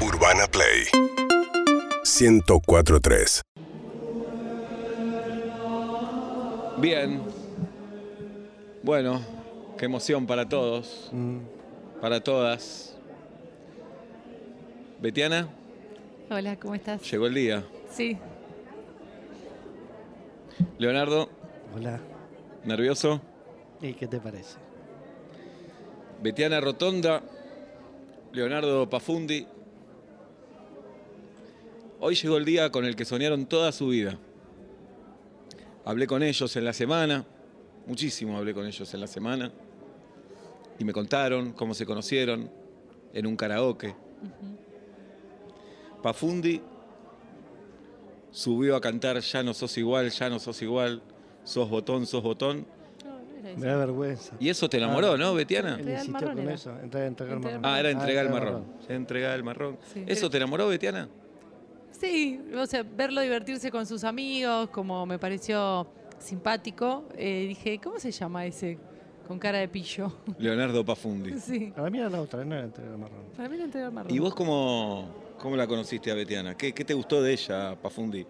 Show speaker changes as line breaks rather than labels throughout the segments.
Urbana Play 1043
Bien. Bueno, qué emoción para todos, para todas. Betiana,
Hola, ¿cómo estás?
llegó el día.
Sí,
Leonardo,
Hola.
nervioso.
¿Y qué te parece?
Betiana Rotonda, Leonardo Pafundi. Hoy llegó el día con el que soñaron toda su vida. Hablé con ellos en la semana, muchísimo hablé con ellos en la semana, y me contaron cómo se conocieron en un karaoke. Pafundi subió a cantar Ya no sos igual, ya no sos igual, sos botón, sos botón.
Me da vergüenza.
Y eso te enamoró, ¿no, Betiana?
Él
Entregar el
insistió
marrón
con
era.
eso. Entregar, entregar el
Entregar
marrón.
Ah, era entregar el
entregar
marrón. Entregar el marrón.
Sí.
¿Eso te enamoró, Betiana?
sí, o sea, verlo divertirse con sus amigos, como me pareció simpático, eh, dije, ¿cómo se llama ese con cara de pillo?
Leonardo Pafundi.
sí,
Para mí era la otra, no era entregar el marrón.
para mí no entregar marrón.
¿Y vos cómo, cómo la conociste a Betiana? ¿Qué, qué te gustó de ella, Pafundi?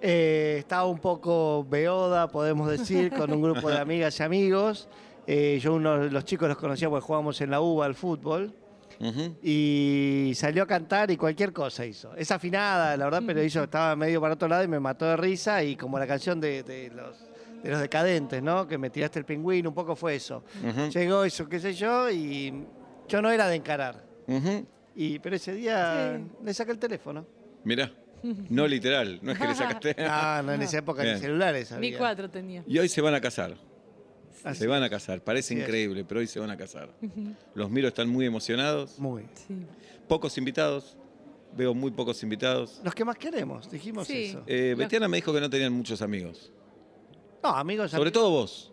Eh, estaba un poco beoda, podemos decir, con un grupo de amigas y amigos. Eh, yo uno de los chicos los conocía porque jugábamos en la UBA al fútbol.
Ujú.
Y salió a cantar y cualquier cosa hizo. Es afinada, la verdad, pero hizo, estaba medio para otro lado y me mató de risa. Y como la canción de, de los, de los decadentes, ¿no? Que me tiraste el pingüino, un poco fue eso.
Ujú.
Llegó eso, qué sé yo, y yo no era de encarar.
Ujú.
Y, pero ese día
Sí.
le saqué el teléfono.
Mirá, no literal, no es que le sacaste.
No, no, en esa época
Bien.
ni celulares había.
Ni cuatro tenía.
Y hoy se van a casar.
Así
Se van a casar, parece
Así es.
increíble, pero hoy se van a casar. Los miro, están muy emocionados.
Muy.
Sí.
Pocos invitados, veo muy pocos invitados.
Los que más queremos, dijimos
Sí.
eso.
Eh,
Los-
Betiana me dijo que no tenían muchos amigos.
No, amigos,
Sobre
amigos.
todo vos.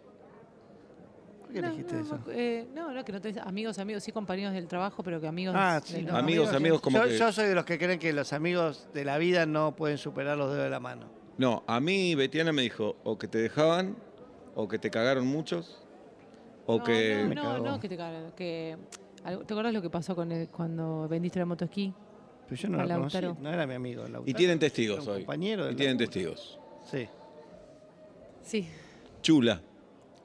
¿Por qué
no,
dijiste
no,
eso?
me acu- eh, no, no, que no tenés amigos, amigos, sí compañeros del trabajo, pero que amigos...
Ah, sí,
del-
no,
Amigos, amigos como
yo,
que-
yo soy de los que creen que los amigos de la vida no pueden superar los dedos de la mano.
No, a mí Betiana me dijo o que te dejaban, o que te cagaron muchos, o
No,
que...
No,
Me
no,
cagó.
no, que te cagan, que... algo- ¿Te acuerdas lo que pasó con el- cuando vendiste la motoesquí?
Pero yo no
A
lo conocí,
Lautaro.
no era mi amigo. Lautaro.
Y tienen
Era
testigos
un
hoy.
compañero del
y tienen
laburo.
testigos.
Sí.
Sí.
Chula.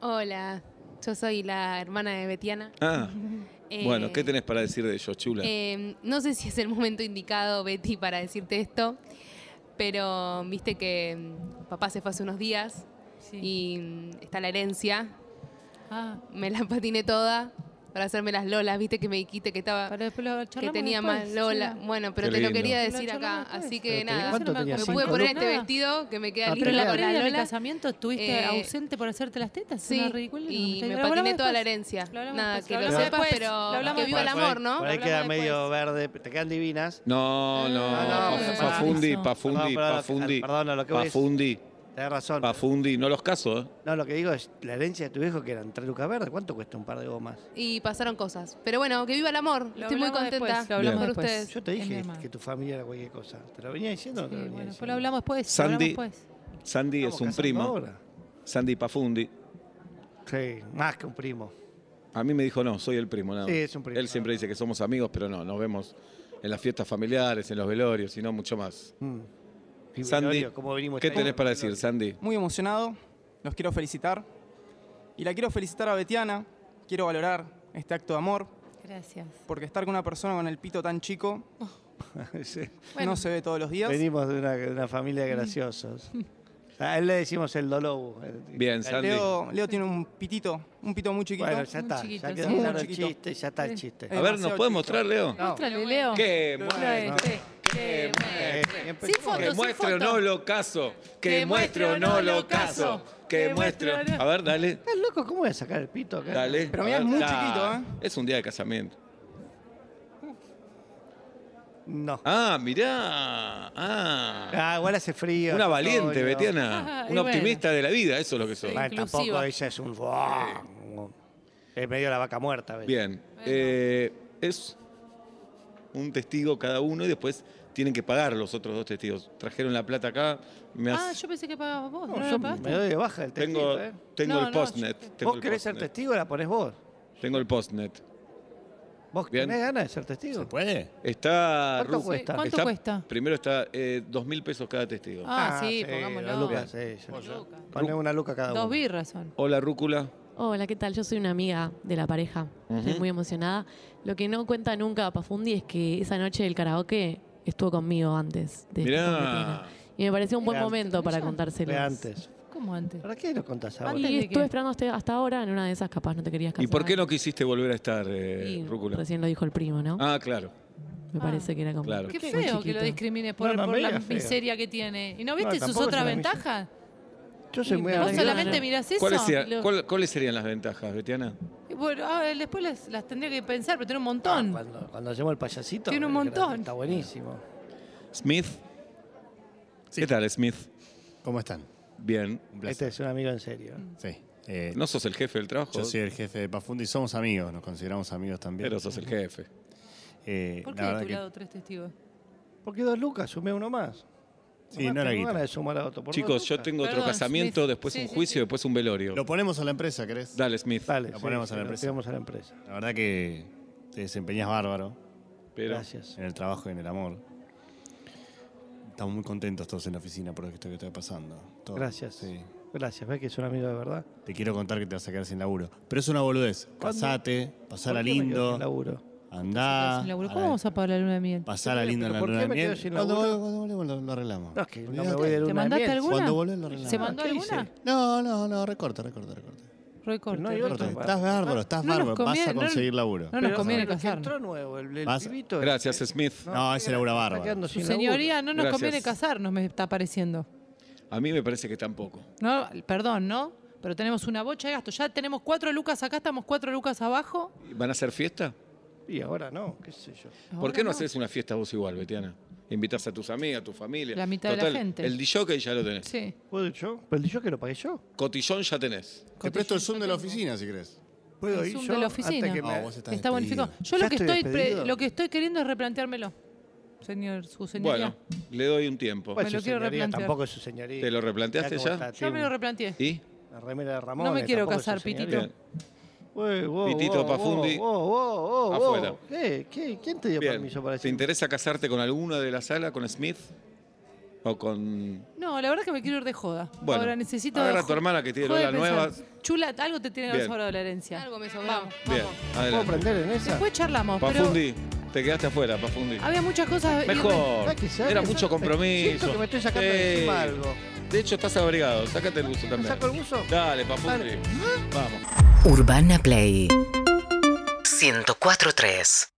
Hola, yo soy la hermana de Betiana.
Ah,
Eh,
bueno, ¿qué tenés para decir de ellos, Chula?
eh, no sé si es el momento indicado, Betty, para decirte esto, pero viste que mm, papá se fue hace unos días
Sí.
y mm, está la herencia.
Ah,
Me la patiné toda para hacerme las lolas, viste que me dijiste que estaba
para después lo
que
charlamos
tenía
después,
más lola.
sí.
Bueno, pero
Qué
te lo
lindo.
quería
Lo
decir acá,
charlamos después.
así
Pero
que
tenés-
nada.
¿cuánto
me
tenías?
Me
acuerdo.
pude
Cinco
poner
lucas.
este vestido que me queda
Ah,
lindo
Pero
Claro.
la
con
previa
las
de mi
lolas.
casamiento estuviste
Eh,
ausente por hacerte las tetas.
Sí,
una ridícula que
y
me
me
está- lo
patiné
hablamos
toda la
después.
herencia.
Lo hablamos
Nada,
después,
que
lo
lo
hablamos
sepas,
después, lo
pero
hablamos
que viva el
Por ahí-
amor, ¿no?
Por ahí
Lo
queda
hablamos
medio
después.
verde, te quedan divinas.
No, no,
Ah,
pa-
no,
Pafundi,
no.
Pafundi,
Perdón, perdón,
Pafundi,
perdón, no, lo que voy es-
Pafundi,
Tenés razón.
Pafundi, no los casos, ¿eh?
No, lo que digo es la herencia de tu viejo que eran tres lucas verdes. ¿Cuánto cuesta un par de gomas?
y pasaron cosas. Pero bueno, que viva el amor.
Lo
Estoy muy
hablamos
contenta
después, lo
hablamos
por
después.
ustedes.
Yo te
Es mi
dije
hermano.
que tu familia era cualquier cosa. ¿Te lo venía diciendo? o
Sí,
no te lo venía
bueno,
diciendo?
después lo hablamos después. lo
Sandy-
hablamos después.
Sandy es
Estamos
un
casando
primo,
ahora.
Sandy Pafundi.
Sí, más que un primo.
A mí me dijo no, soy el primo, nada.
Sí,
más.
es un primo.
Él siempre dice que somos amigos, pero no, nos vemos en las fiestas familiares, en los velorios, y no mucho más.
Mm. Y
Sandy,
Velorio, ¿cómo venimos
¿Qué
trayendo
tenés para
Velorio?
decir, Sandy?
muy emocionado, los quiero felicitar. Y la quiero felicitar a Betiana, quiero valorar este acto de amor,
Gracias.
porque estar con una persona con el pito tan chico
Sí.
no se ve todos los días.
Venimos de una, de una familia de graciosos. A él le decimos el Dolou. el-
Bien, Sandy.
Leo, Leo tiene un pitito, un pito muy chiquito.
Bueno, ya
Muy
está.
chiquito, Eh,
Ya quedó
sí.
claro
Muy
el
chiquito.
chiste, ya está el chiste.
A ver, ¿nos
demasiado
puede
chico.
mostrar, Leo?
No.
Muéstrale, Leo.
¿Qué?
Mira este.
Que
Eh,
muestre,
empecemos.
Sin fotos,
que
sin
muestre o
fotos.
no lo caso. Que muestre o no lo caso. Que muestre.
muestre o no-
A ver, dale.
¿Estás loco? ¿Cómo voy a sacar el pito acá? Ah,
Dale.
Pero
a
mirá,
ver,
es muy
da.
chiquito, ¿eh?
Es un día de casamiento.
No.
Ah, mirá. Ah.
Ah, igual hace frío.
Una
hace
valiente,
otoño.
Betiana.
Ah, y
Una
bueno.
optimista de la vida, eso es lo que sos.
Bueno, tampoco
Inclusiva.
ella es un. Es medio la vaca muerta. ¿ves?
Bien. Eh, es un testigo cada uno y después tienen que pagar los otros dos testigos. Trajeron la plata acá. Me
Ah,
has-
yo pensé que pagabas vos.
No,
¿No,
yo
lo pagaste?
me doy de baja el testigo.
Tengo,
¿eh?
tengo
No,
el
no,
postnet. tengo
Vos
el
querés ser
postnet.
testigo, la pones vos.
Tengo el postnet.
¿Vos
Bien.
tenés ganas de ser testigo?
¿Se puede?
Está.
¿Cuánto
Ru-
cuesta?
¿Cuánto
está-
cuesta?
Primero está eh, dos mil pesos cada testigo.
Ah, sí, pongámoslo.
dos lucas, sí, ya
Dos
está.
lucas.
Poné una luca cada uno.
Dos birras son.
Hola, Rúcula.
Hola, ¿qué tal? Yo soy una amiga de la pareja. Estoy
Ujú.
muy emocionada. Lo que no cuenta nunca Pafundi es que esa noche del karaoke estuvo conmigo antes de esta
Mirá.
competina. Y me pareció un buen
Era
momento para contárselo.
Fue antes.
¿Cómo antes?
¿Para qué lo contás ahora?
Antes
Y
de
estuve
que-
esperando hasta- hasta ahora en una de esas, capaz no te querías casar.
¿Y por qué no quisiste volver a estar, eh,
Y
pues,
Rúcula?
Recién lo dijo el primo, ¿no?
Ah, claro.
Me
Ah.
parece que era como.
Claro.
Qué
muy
feo que
chiquito.
lo discrimines por,
No, no,
por la
mega feo.
miseria que tiene. ¿Y no viste sus
tampoco es
otras
una miseria.
ventajas?
Yo soy muy
Vos
¿Vos
Claro.
solamente mirás eso?
¿Cuáles serían,
Lo-
cuál- cuáles serían las ventajas, Betiana?
Y Bueno, a ver, después las, las tendría que pensar, pero tiene un
Ah,
montón.
Cuando, cuando hacemos el payasito.
Tiene un
eh,
montón.
Está buenísimo.
Smith.
Sí.
¿Qué tal, Smith?
¿Cómo están?
Bien.
Un
Este
placer.
es un amigo en serio.
Sí. Eh,
¿No sos el jefe del trabajo?
yo soy el jefe de Pafundi. Somos amigos, nos consideramos amigos también.
Pero sos el jefe.
Eh,
¿Por qué
la
de
verdad
tu
que-
lado tres testigos?
Porque dos lucas, sumé uno más.
Sí, no era
tengo
guita.
ganas de sumar a otro. por
Chicos,
dos
yo
lucas.
tengo otro
Perdón,
casamiento,
Smith.
después
Sí,
un
sí,
juicio,
sí.
después un velorio.
Lo ponemos a la empresa, ¿querés?
Dale, Smith.
Dale,
La
sí,
ponemos a
sí,
la
lo
empresa.
tiramos a la empresa.
La verdad que te desempeñas bárbaro
Pero-
Gracias.
en el trabajo y en el amor. Estamos muy contentos todos en la oficina por esto que está pasando. Todos.
Gracias.
Sí.
Gracias, ves que es un amigo de verdad.
Te quiero contar que te vas a quedar sin laburo. Pero es una boludez. Casate, pasala
¿Por qué me quedo sin
lindo,
laburo?
andá.
Sin laburo.
a
¿Cómo
la-
vamos a pagar la luna de miel?
Pasala lindo en
¿Pero
la
por qué
luna de
me quedo
miel.
sin
Cuando
laburo?
vol- cuando volvemos lo, lo arreglamos.
No, es que no me
Olvídate.
voy de luna
¿Te
de
mandaste
miel.
alguna?
Cuando volvés lo arreglamos.
¿Se mandó
¿Qué
alguna?
hice?
No, no, no, recorta, recorta, recorta.
Recorte.
No hay
recorte.
Recorta.
otro.
Estás bárbaro, estás
No nos
bárbaro. Vas
conviene,
a
no-
conseguir laburo.
No
Pero
nos conviene
pero que
casarnos.
entró nuevo, el, el
Vas-
pibito ese.
Gracias, Smith.
No, ese labura
está
bárbaro.
quedando
Su
sin laburo.
señoría, no nos
Gracias.
conviene casarnos, me está pareciendo.
A mí me parece que tampoco.
No, perdón, ¿no? Pero tenemos una bocha de gasto. Ya tenemos cuatro lucas acá, estamos cuatro lucas abajo.
¿Van a hacer fiesta?
Y ahora no, qué sé yo.
¿Por qué no,
Ahora
haces una fiesta vos igual, Betiana? Invitas a tus amigas, a tu familia.
La mitad de la
Total,
gente.
El DJ ya lo tenés.
Sí.
¿Puedo ir yo? ¿Pero yo que lo pagué yo?
Cotillón ya tenés.
Te presto el Zoom de la oficina si querés.
¿Puedo
El
ir
Zoom
yo?
de la
Hasta
oficina.
que
No,
me-
vos estás
Está
despedido.
bonificado. Yo
Ya
lo que
estoy
estoy, pre-
despedido.
lo que estoy queriendo es replanteármelo, señor, su señoría.
Bueno, le doy un tiempo.
Pues
Me
su
lo quiero
señoría,
replantear.
Tampoco es su señoría.
¿Te lo replanteaste
cómo
ya?
está,
Yo
tiene
me lo replanteé.
¿y?
La remera de Ramón.
No me quiero casar, Pitito.
Bien. Pitito Pafundi. Afuera.
Afuera. ¿Qué? ¿Qué? ¿Quién te dio
Bien.
permiso para
¿Te
decir?
interesa casarte con alguna de la sala, con Smith? ¿O con.?
No, la verdad que me quiero ir de joda.
Bueno,
Ahora necesito.
agarra a tu hermana que tiene
joda
la
de
nueva.
pensar. Chula, algo te tiene que haber
Bien.
sobrado la herencia.
Algo me sobró.
Vamos.
Bien,
¿Puedo
adelante.
prender en esa?
Después charlamos, pero
Pafundi, te quedaste afuera, Pafundi.
había muchas cosas.
Mejor.
¿Sabes qué? ¿Sabes
Era
qué?
mucho compromiso.
Siento que me estoy sacando de
Sí.
encima algo.
De hecho, estás abrigado. Sácate el buzo
¿Me
también.
saco el buzo?
Dale, Pafundi. Vamos.
Urbana Play 104.3